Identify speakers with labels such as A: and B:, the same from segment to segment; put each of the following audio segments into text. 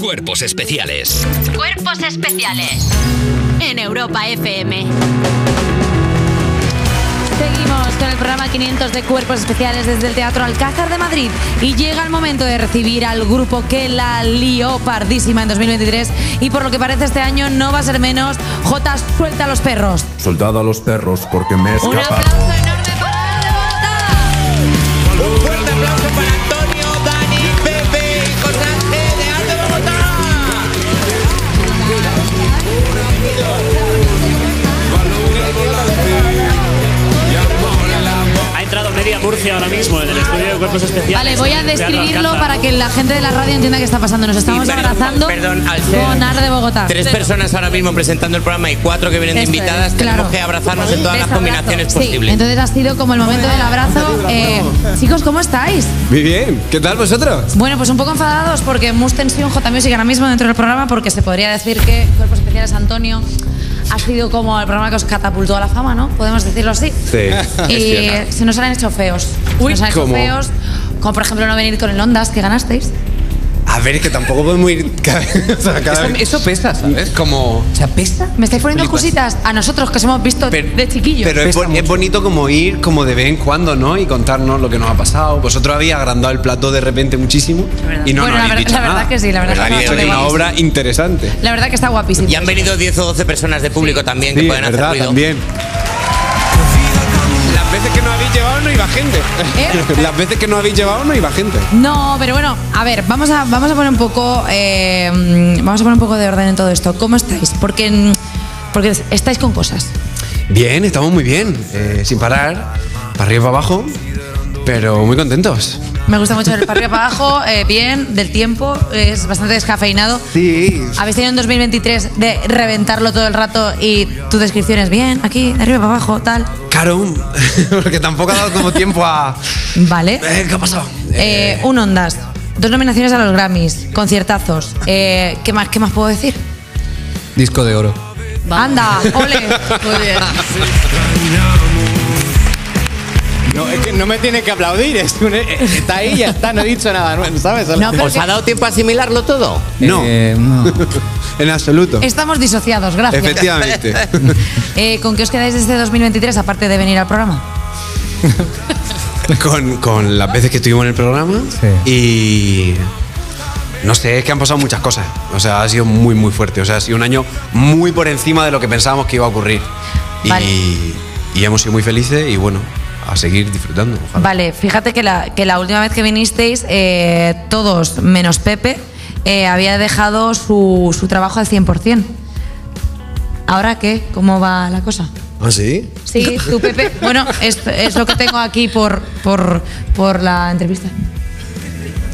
A: Cuerpos especiales.
B: Cuerpos especiales en Europa FM.
C: Seguimos con el programa 500 de Cuerpos Especiales desde el Teatro Alcázar de Madrid y llega el momento de recibir al grupo que la lió pardísima en 2023 y por lo que parece este año no va a ser menos. J, suelta a los perros.
D: Soldado a los perros porque me
C: Un
D: escapa.
C: aplauso enorme para el de Bogotá.
E: Un fuerte aplauso para Antonio, Dani, Pepe y José Ángel de Arte Bogotá.
F: Ha entrado media Murcia ahora mismo en el estudio de cuerpos especiales.
C: Vale, voy a
F: Teatro
C: describirlo
F: Alcázar.
C: para que la gente de la radio entienda qué está pasando. Nos estamos
E: Sí, perdón,
C: abrazando
E: perdón, al ser
C: con Ar de Bogotá.
E: Tres personas ahora mismo presentando el programa y cuatro que vienen de
C: Eso es,
E: invitadas.
C: claro.
E: Tenemos que abrazarnos en todas las
C: Desabrazo.
E: combinaciones
C: Sí,
E: posibles.
C: entonces ha sido como el momento del abrazo. Eh, chicos, ¿cómo estáis?
G: Muy bien, ¿qué tal vosotros?
C: Bueno, pues un poco enfadados porque Mus Tensión J Music ahora mismo dentro del programa porque se podría decir que Cuerpos Especiales Antonio ha sido como el programa que os catapultó a la fama, ¿no? Podemos decirlo así.
D: Sí,
C: Y
D: es cierto.
C: se nos han hecho feos.
G: Uy,
C: se nos han hecho
G: ¿cómo?
C: feos, como por ejemplo no venir con el Ondas que ganasteis.
G: A ver, que tampoco podemos ir. cada- o sea, cada vez-
E: Eso pesa,
G: ¿Sabes? Como.
E: O sea, pesa.
C: Me estáis poniendo
E: Flipas.
C: cositas a nosotros que os hemos visto
G: Pero-
C: de chiquillos.
G: Pero es,
E: Pesa
G: bo- es
E: mucho.
G: bonito como ir como de vez en cuando, ¿no? Y contarnos lo que nos ha pasado. Vosotros habéis agrandado el plato de repente muchísimo.
C: verdad.
G: Y no
C: Bueno,
G: nos
C: la
G: habéis
C: ver-
G: dicho
C: la verdad
G: nada.
C: que sí, la verdad que
G: Habéis
E: no,
G: hecho
E: no,
G: una
E: no.
G: obra interesante.
C: La verdad que está guapísimo.
E: Y han venido 10 o 12 personas de público también que
G: Sí,
E: pueden hacer
G: verdad,
E: ruido.
G: también. Las veces que nos habéis llevado no iba gente.
C: ¿Eh?
G: Las veces que nos habéis llevado no iba gente.
C: No, pero bueno, a ver, vamos a, vamos a poner un poco eh, vamos a poner un poco de orden en todo esto. ¿Cómo estáis? Porque, mm, porque estáis con cosas.
G: Bien, estamos muy bien. eh, sin parar, para arriba y para abajo, pero muy contentos.
C: Me gusta mucho el para arriba para abajo, eh, bien, del tiempo, es bastante descafeinado.
G: Sí.
C: Habéis tenido un 2023 de reventarlo todo el rato y tu descripción es bien, aquí, de arriba para abajo, tal.
G: Claro, porque tampoco ha dado como tiempo a.
C: Vale.
G: Eh, ¿Qué ha pasado?
C: Eh, un Ondas, dos nominaciones a los Grammys, conciertazos. Eh, ¿qué, más, ¿Qué más puedo decir?
G: Disco de oro.
C: Anda, ole.
B: Muy bien.
H: No, es que no me tiene que aplaudir. es un- eh, está ahí, ya está, no he dicho nada, nuevo, ¿sabes?
C: No, pero
E: ¿Os ha dado tiempo a asimilarlo todo?
G: No,
H: Eh, no.
G: en absoluto.
C: estamos disociados, gracias.
G: Efectivamente.
C: Eh, ¿Con qué os quedáis desde 2023 aparte de venir al programa?
G: con, con las veces que estuvimos en el programa y. No sé, es que han pasado muchas cosas. O sea, ha sido muy, muy fuerte. O sea, ha sido un año muy por encima de lo que pensábamos que iba a ocurrir. Y-
C: Vale.
G: Y, hemos sido muy felices y bueno, a seguir disfrutando. ojalá.
C: Vale, fíjate que la, que la última vez que vinisteis, eh, todos menos Pepe, eh, había dejado su, su trabajo al 100%. ¿Ahora qué? ¿Cómo va la cosa?
G: ¿Ah, sí?
C: Sí, tú, Pepe. Bueno, es, es lo que tengo aquí por, por, por la entrevista.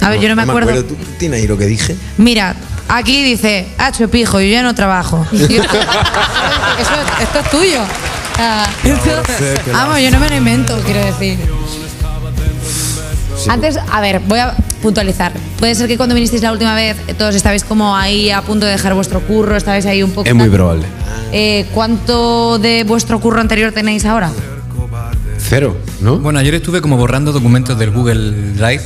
C: A ver, yo no me acuerdo.
D: ¿Tú tienes ahí lo que dije?
C: Mira, aquí dice, hacho pijo, yo ya no trabajo. Y yo- Eso, esto es tuyo. Ah, esto- vamos, yo no me lo invento, quiero decir. Antes, a ver, voy a puntualizar. Puede ser que cuando vinisteis la última vez eh, todos estabais como ahí a punto de dejar vuestro curro, estabais ahí un poco...
G: Es muy probable.
C: Eh, ¿Cuánto de vuestro curro anterior tenéis ahora?
G: Cero, ¿no?
H: Bueno, ayer estuve como borrando documentos del Google Drive.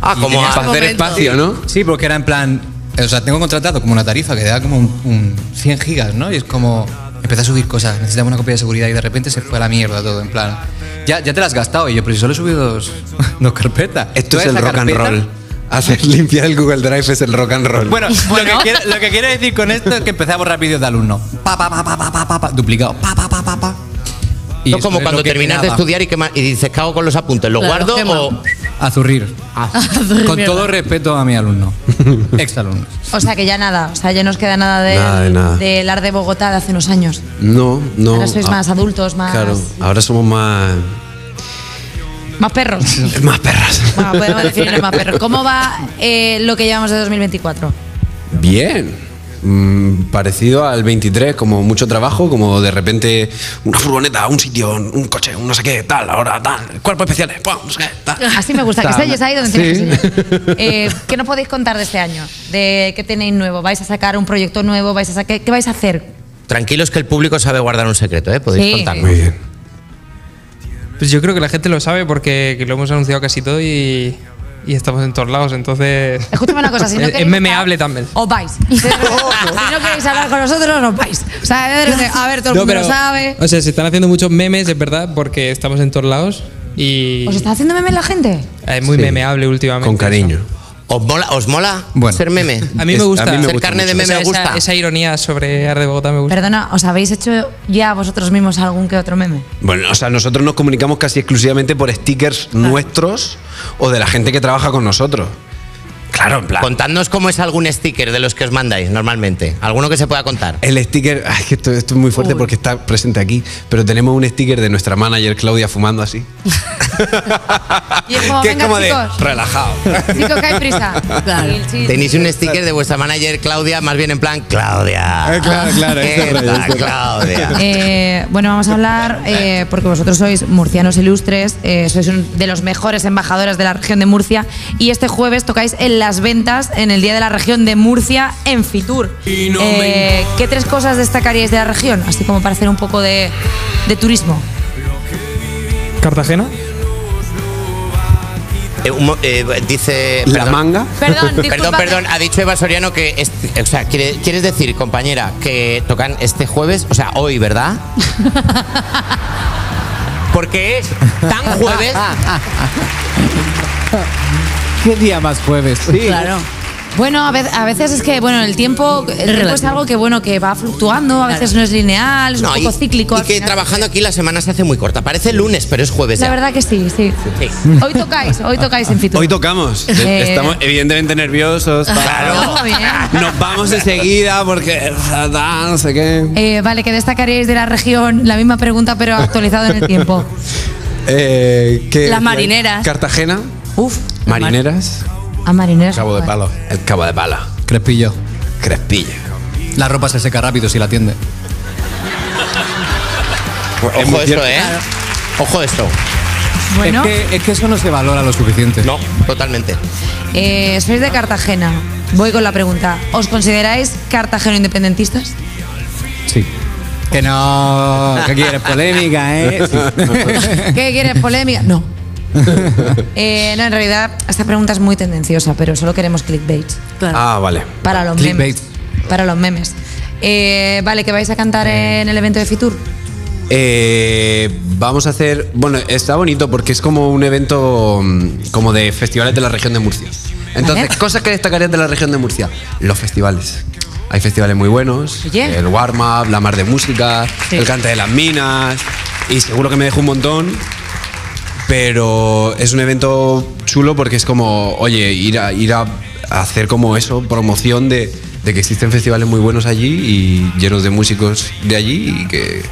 E: Ah,
H: Y
E: como
C: este
H: tenía-
E: a-
G: Para hacer espacio, ¿no?
H: Sí, porque era en plan. O sea, tengo contratado como una tarifa que da como un, un 100 gigas, ¿no? Y es como. Empecé a subir cosas, necesitaba una copia de seguridad y de repente se fue a la mierda todo, en plan. Ya, ya te las has gastado. Y yo, pero si solo he subido dos, dos carpetas.
G: Esto
H: Toda
G: es el
H: esa
G: rock and
H: carpeta-
G: roll. Hacer limpiar el Google Drive es el rock and roll.
H: Bueno, Lo, que quiero, lo que quiero decir con esto es que empecé a borrar vídeos de alumnos. Pa, pa, pa, pa, pa, pa, pa, pa, duplicado. Pa, pa, pa, pa, pa.
E: Esto
H: esto
E: es como
H: es
E: cuando
H: lo que
E: terminas de
H: quedaba.
E: estudiar y, quema- y dices, ¿qué hago con los apuntes? ¿Los
B: Claro,
E: guardo
B: quema.
E: o...?
H: A zurrir. Con
B: mierda.
H: todo respeto a mi alumno. Ex alumno.
C: O sea que ya nada, o sea, ya nos queda nada del
G: Nada de nada.
C: del Ar de Bogotá de hace unos años.
G: no, no.
C: Ahora sois
G: Ah,
C: más adultos, más-
G: Claro, ahora somos más.
C: Más perros.
G: Más perras.
C: Bueno, podemos definirlo más perros. ¿Cómo va eh, lo que llevamos de 2024?
G: Bien. Mm, parecido al 23, como mucho trabajo, como de repente una furgoneta, un sitio, un coche, un no sé qué, tal, ahora tal, cuerpos especiales, pum, no sé qué, tal.
C: Así me gusta, que
G: Está-
C: estéis ahí donde
G: Sí.
C: tenéis que estar. Eh, ¿Qué nos podéis contar de este año? ¿De qué tenéis nuevo? ¿Vais a sacar un proyecto nuevo? ¿Vais a sacar, ¿Qué vais a hacer?
E: Tranquilos que el público sabe guardar un secreto, ¿eh? Podéis
C: Sí.
E: contarnos.
G: Muy bien.
I: Pues yo creo que la gente lo sabe porque que lo hemos anunciado casi todo y
A: y estamos en todos lados, entonces.
C: Escúchame una cosa, si no
A: Eh, Es- es
C: queréis
A: memeable también.
C: Os vais. Pero, si no queréis hablar con nosotros, os vais. O sea, yo creo que, a ver, todo el
A: No,
C: mundo
A: pero,
C: lo sabe.
A: O sea, se están haciendo muchos memes, es verdad, porque estamos en todos lados y.
C: ¿Os está haciendo meme la gente?
A: Es muy
G: Sí.
A: memeable últimamente.
G: Con cariño.
E: ¿Os mola, os mola
H: Bueno.
E: ser meme?
A: A mí
G: Es-
A: me
G: a
A: gusta.
G: mí me
E: ser
G: gusta
E: carne de
G: mucho.
A: O sea,
E: meme me
A: esa-
E: gusta.
A: Esa ironía sobre Arde Bogotá me gusta.
C: Perdona, ¿os habéis hecho ya vosotros mismos algún que otro meme?
G: Bueno, o sea, nosotros nos comunicamos casi exclusivamente por stickers nuestros o de la gente que trabaja con nosotros. Claro, en plan.
E: Contadnos cómo es algún sticker de los que os mandáis normalmente. Alguno que se pueda contar.
G: El sticker, ay, que esto, esto es muy fuerte porque está presente aquí, pero tenemos un sticker de nuestra manager Claudia fumando así.
C: Y es como,
G: que
C: "Venga,
G: es como
C: chicos".
G: de relajado.
C: Chicos, que hay prisa. Claro.
E: Tenéis un sticker de vuestra manager Claudia, más bien en plan Claudia.
G: Eh, claro, claro, este
E: Esta,
G: rollo, este rollo.
E: Claudia.
C: Eh, bueno, vamos a hablar, eh, porque vosotros sois murcianos ilustres, eh, sois un de los mejores embajadores de la región de Murcia y este jueves tocáis en las ventas en el Día de la Región de Murcia en Fitur. Eh, ¿Qué tres cosas destacaríais de la región? Así como para hacer un poco de, de turismo.
A: ¿Cartagena?
E: Eh, un mo- eh, dice.
G: La
E: perdón.
G: manga.
C: Perdón,
E: Perdón, perdón, ha dicho Eva Soriano que. est- o sea, quiere- ¿quieres decir, compañera, que tocan este jueves? O sea, hoy, ¿verdad? Porque es tan jueves.
C: Ah,
I: ¿Qué día más jueves?
C: Claro. Bueno, a vez- a veces es que bueno el tiempo, el tiempo es algo que bueno que va fluctuando, a veces no es lineal, es
E: No,
C: un poco
E: y-
C: cíclico.
E: Y
C: al
E: que
C: final.
E: trabajando aquí la semana se hace muy corta. Parece lunes, pero es jueves.
C: La
E: ya.
C: verdad que sí, sí.
E: Sí. Ah,
C: Hoy tocáis, hoy tocáis en Fitur.
G: Hoy tocamos.
C: Eh.
G: Estamos evidentemente nerviosos.
E: Claro.
C: Ah, Muy bien.
G: Nos vamos enseguida porque.
H: ah,
G: No sé qué.
C: Eh, vale, que destacaríais de la región la misma pregunta, pero actualizado en el tiempo.
G: Eh, ¿qué
B: Las
G: decía?
B: marineras.
G: Cartagena.
C: Uf,
G: Marineras.
C: a marineros.
G: Cabo de palo. El cabo de pala.
H: Crepillo.
G: Crespilla.
H: La ropa se seca rápido si la tiende.
G: Es
E: Ojo
G: muy
E: esto,
G: cierto.
E: ¿eh? Ojo esto.
C: Bueno,
H: Es, que, es que eso no se valora lo suficiente.
E: No, totalmente.
C: eh, sois de Cartagena. Voy con la pregunta. ¿Os consideráis cartageno independentistas?
H: Sí. Que no, que quieres polémica, ¿eh?
C: ¿Qué quieres? ¿Polémica? No. Eh, no, en realidad, esta pregunta es muy tendenciosa, pero solo queremos clickbait.
B: Claro.
G: Ah, vale.
C: Para los
H: Clickbait.
C: memes. Para los memes. Eh, vale, que vais a cantar en el evento de Fitur.
G: Eh, vamos a hacer. Bueno, está bonito porque es como un evento mm, como de festivales de la región de Murcia. Entonces,
C: Vale.
G: cosas que destacarías de la región de Murcia: los festivales. Hay festivales muy buenos:
C: Oye.
G: el Warm Up, la Mar de Música, el Cante de las Minas. Y seguro que me dejo un montón. Pero es un evento chulo porque es como, oye, ir a, ir a hacer como eso, promoción de, de que existen festivales muy buenos allí y llenos de músicos de allí y que,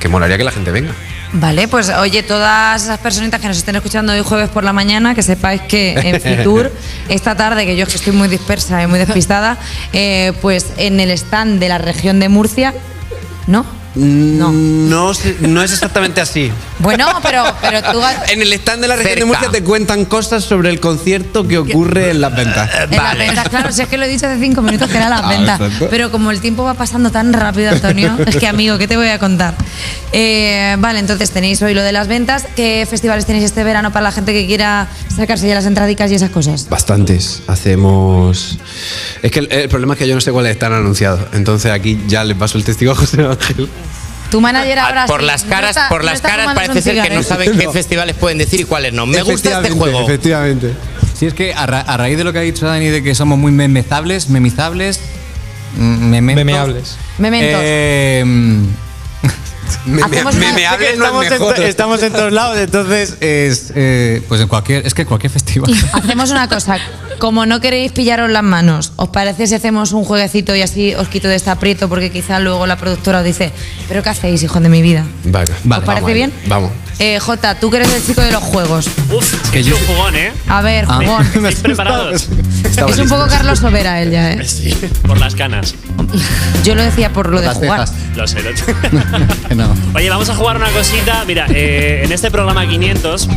G: que molaría que la gente venga.
C: Vale, pues oye, todas esas personitas que nos estén escuchando hoy jueves por la mañana, que sepáis que en Fitur, esta tarde, que yo es que estoy muy dispersa y muy despistada, eh, pues en el stand de la región de Murcia, ¿no? No.
G: No, se- no es exactamente así.
C: Bueno, pero, pero tú... has-
G: En el stand de la región de
E: Cerca.
G: Murcia te cuentan cosas sobre el concierto que ocurre en las ventas.
C: En las ventas, claro, si es que lo he dicho hace cinco minutos que era las ventas.
G: Ah, exacto.
C: Pero como el tiempo va pasando tan rápido, Antonio, es que amigo, ¿qué te voy a contar? Eh, vale, entonces tenéis hoy lo de las ventas. ¿Qué festivales tenéis este verano para la gente que quiera sacarse ya las entradicas y esas cosas?
G: Bastantes. Hacemos. Es que el, el problema es que yo no sé cuáles están anunciados. Entonces aquí ya le paso el testigo a José Ángel.
C: Tu manager ahora
E: Ah, por
C: sí,
E: las
C: no
E: caras,
C: está-
E: por
C: no
E: las
C: está ¿eh?
E: caras
C: fumándose
E: parece
C: un
E: ser que no
C: cigarro.
E: saben qué festivales pueden decir y cuáles no. Me gusta este
G: Efectivamente,
E: juego.
G: Efectivamente.
H: Si es que a, ra- a raíz de lo que ha dicho Dani de que somos muy memezables, memizables, mm, mementos,
A: Memeables.
C: Mementos.
H: eh, mm,
G: Me, me,
C: Hacemos una-
G: me- me
H: Es que
G: hables, no es
H: estamos, en,
G: mejor.
H: to- estamos en todos lados, entonces es, eh, pues en cualquier, es que en cualquier festival. Ah.
C: Hacemos una cosa. Como no queréis pillaros las manos, ¿os parece si hacemos un jueguecito y así os quito de este aprieto? Porque quizá luego la productora os dice, ¿pero qué hacéis, hijo de mi vida?
G: Vale,
C: ¿Os parece
G: vamos ahí,
C: bien?
G: Vamos.
C: Eh, Jota, tú que eres el chico de los juegos.
F: Uf,
H: Que
F: que
H: yo-
F: yo jugón, ¿eh?
C: A ver,
H: Ah.
C: jugón.
F: ¿Estáis preparados?
C: Es un poco Carlos Sobera él ya, ¿eh?
F: Sí, por las canas.
C: Yo lo decía por lo de
H: Las
C: jugar.
H: cejas.
F: Lo sé, lo sé.
H: Que no.
F: Oye, vamos a jugar una cosita. Mira, eh, en este programa 500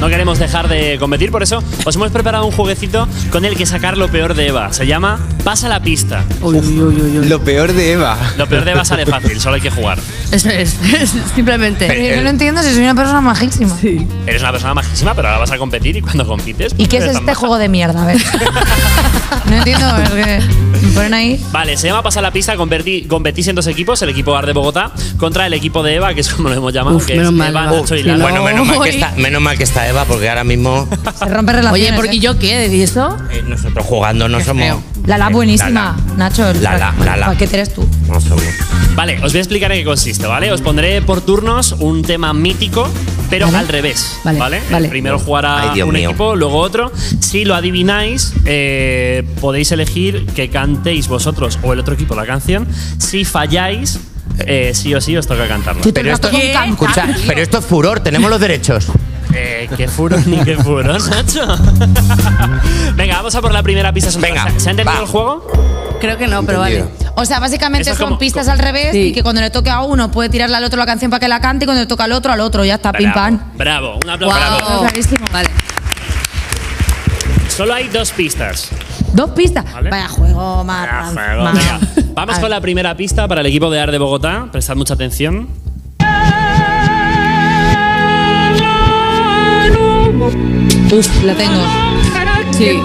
F: no queremos dejar de competir, por eso os hemos preparado un jueguecito con el que sacar lo peor de Eva. Se llama Pasa la pista.
J: Uy, uy, uy, uy, uy.
G: Lo peor de Eva.
F: Lo peor de Eva sale fácil, solo hay que jugar.
J: Eso es, simplemente.
G: Pero-
C: Yo no lo entiendo si soy una persona majísima.
F: Eres una persona majísima, pero ahora vas a competir y cuando compites.
C: ¿Y
F: pues,
C: qué es
F: eres tan
C: este
F: maja.
C: juego de mierda? A ver. no entiendo, es que me ponen ahí.
F: Vale, se llama Pasa la pista. Convertí, competís en dos equipos, el equipo Ar de Bogotá contra el equipo de Eva, que es como lo hemos llamado,
J: Uf,
F: que es
J: menos mal,
F: Eva,
J: Eva.
F: Nacho y
J: Que
F: Lala.
J: no.
E: Bueno, menos mal, que
J: Hoy.
E: está, menos mal que está Eva, porque ahora mismo
C: Se rompe relaciones.
J: Oye, porque
C: ¿eh?
J: yo qué, decís eso?
E: eh, nosotros jugando no somos. eh,
C: Lala, buenísima. Nacho,
E: Lala, Lala.
C: paquete eres tú.
E: No somos.
F: Vale, os voy a explicar en qué consiste, ¿vale? Os pondré por turnos un tema mítico, pero
J: Vale.
F: al revés,
J: Vale,
F: ¿vale?
J: vale.
F: El primero jugará
E: Ay, Dios
F: un
E: mío.
F: equipo, luego otro. Si lo adivináis, eh, podéis elegir que cantéis vosotros o el otro equipo la canción. Si falláis, eh, sí o sí os toca cantarla.
J: Pero esto,
C: ¿Qué?
J: escucha,
E: Escucha, pero esto es furor, tenemos los derechos.
F: Eh, qué furón ni qué furón, Nacho. Venga, vamos a por la primera pista.
E: Venga,
F: ¿Se- ¿se ha entendido
E: va.
F: el juego?
J: creo que no, pero vale.
C: O sea, básicamente
F: Eso es
C: son
F: como-
C: pistas
F: como-
C: al revés
J: Sí.
C: y que cuando le toque a uno puede tirarle al otro la canción para que la cante y cuando le toca al otro, al otro. Ya está, pim pam.
F: Bravo, un aplauso.
C: Está
F: Bravo.
C: clarísimo.
J: Vale.
F: Solo hay dos pistas.
C: Dos pistas.
F: Vale.
C: Vaya juego, más.
F: Ah,
C: más-
F: fuego,
C: más.
F: venga. Vamos
C: A
F: con
C: ver.
F: la primera pista para el equipo de AR de Bogotá. Prestad mucha atención.
C: Uf, la tengo.
J: Sí.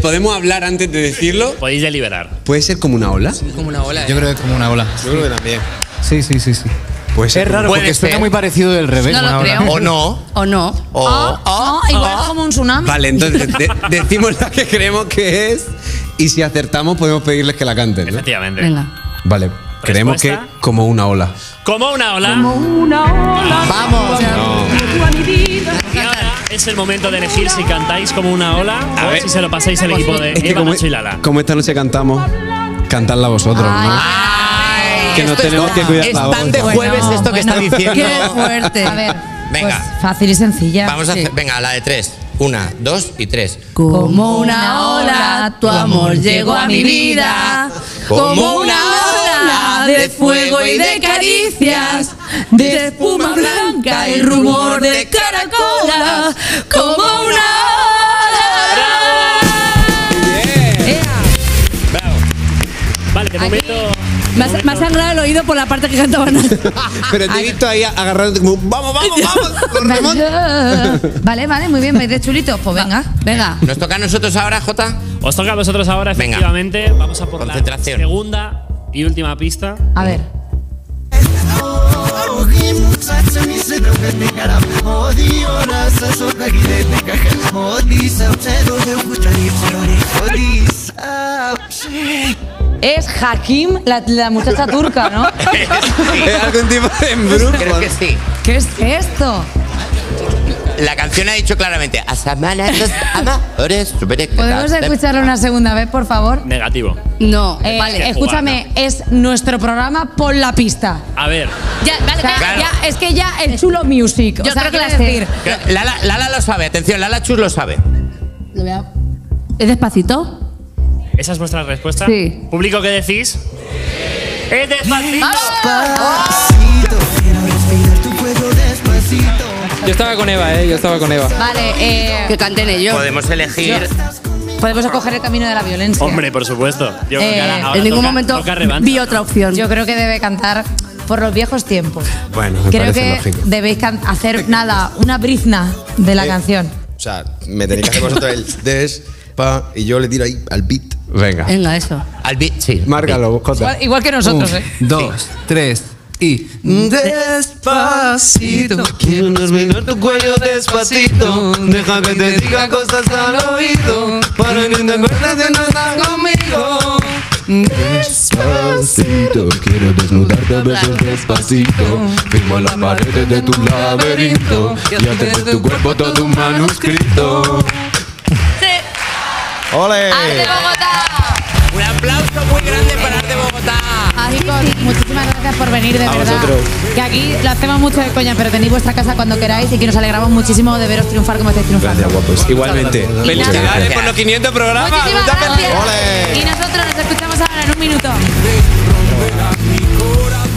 G: ¿Podemos hablar antes de decirlo?
F: Podéis deliberar.
G: ¿Puede ser como una ola?
J: Como una ola.
H: Yo creo que es como una ola.
G: Yo creo que también.
I: Sí, sí, sí, sí.
G: Puede ser.
I: Es raro
E: Puede
I: porque suena
E: ser.
I: muy parecido del revés.
J: No lo
I: Ahora.
J: creo.
E: O no.
J: O no.
E: O.
C: Ah, igual es como un tsunami.
G: Vale, entonces de- decimos la que creemos que es y si acertamos podemos pedirles que la canten. ¿no?
F: Efectivamente.
J: Venga.
G: Vale, creemos que
F: Respuesta.
G: como una ola.
F: Como una ola.
J: Vamos.
F: Y ahora es el momento de elegir si cantáis como una ola o si se lo pasáis al equipo de
G: Es que
F: Eva,
G: como,
F: Nacho y Lala.
G: como esta noche cantamos, cantadla vosotros, ¿no? Que nos
E: Esto es
G: tenemos
E: tan-
G: que cuidar
E: Es
G: la
E: tan
G: voz.
E: de
G: ¿no?
E: jueves esto que está
C: bueno,
E: diciendo.
C: Qué fuerte. A ver.
E: Venga.
C: pues fácil y sencilla.
E: Vamos a
C: Sí.
E: hacer. Venga, la de tres. Una, dos y tres.
J: Como una ola, tu amor llegó a mi vida. Como una ola de fuego y de caricias, de espuma blanca y rumor de caracolas. Como una
F: Vale, de momento.
J: ola. Me ha sangrado el oído por la parte que cantaban.
G: Pero te he visto ahí agarrándote como, vamos, vamos, vamos, corremos.
C: Vale, vale, muy bien. ¿Vais de chulitos? Pues venga.
J: Venga.
E: ¿Nos toca a nosotros ahora, Jota?
F: Os toca a vosotros ahora,
E: Venga.
F: efectivamente. Vamos a por la
E: Concentración.
F: segunda y última pista.
C: A ver. Es Hakim, la, la muchacha turca, ¿no?
K: Eh,
G: Es algún tipo de embrujo.
E: Creo que sí.
C: ¿Qué es esto?
E: La canción ha dicho claramente. Asamana, dos amores,
C: ¿Podemos escucharlo una segunda vez, por favor?
F: Negativo.
J: No,
C: Eh,
J: vale.
C: escúchame, es nuestro programa por la pista.
F: A ver,
J: Ya, vale,
C: O sea,
E: Claro.
C: ya- es que ya el chulo music.
J: Yo
C: o sea,
J: creo que
C: quiero
J: la sé.
C: decir,
E: Lala, Lala lo sabe, atención, Lala Chus lo sabe.
J: ¿Es despacito?
F: ¿esa es vuestra respuesta?
J: Sí.
F: ¿Público qué decís? ¡Es despacito!
J: Ah.
A: Yo estaba con Eva, ¿eh? Yo estaba con Eva.
C: Vale, eh,
J: Que canten ellos.
E: Podemos elegir.
C: podemos escoger el camino de la violencia.
F: Hombre, por supuesto. Yo creo que
C: Eh,
F: ahora- ahora
J: en ningún
F: toca-
J: momento
F: toca revancha,
J: vi
F: ¿no?
J: otra opción.
C: Yo creo que debe cantar por los viejos tiempos.
G: Bueno, me
C: creo
G: parece
C: que
G: lógico.
C: debéis can- hacer nada, una brizna de
F: Eh,
C: la canción.
K: O sea, me tenéis que hacer vosotros el des, pa, y yo le tiro ahí al beat.
G: Venga,
J: Venga, eso.
E: Al bi- sí.
G: márcalo, Jota.
C: Igual, igual que nosotros, ¿eh?
I: Dos, tres y. Despacito, quiero unos minutos tu cuello despacito. Deja que te diga cosas al oído. Para que te acuerdes de no estar conmigo.
K: Despacito, quiero desnudarte a besos despacito. Firmo las paredes de tu laberinto y hacer de tu cuerpo todo un manuscrito. ¡Ole!
E: Un aplauso muy grande para Arte Bogotá.
C: Ah, Chicos, muchísimas gracias por venir, de verdad. Que Que aquí lo hacemos mucho de coña, pero tenéis vuestra casa cuando queráis y que nos alegramos muchísimo de veros triunfar como estáis triunfando.
D: Gracias, guapos.
G: Igualmente. Felicidades por los 500 programas.
C: Muchísimas
G: Muchas
C: gracias.
G: felicidades.
C: Y nosotros nos escuchamos ahora en un minuto.
K: mi corazón.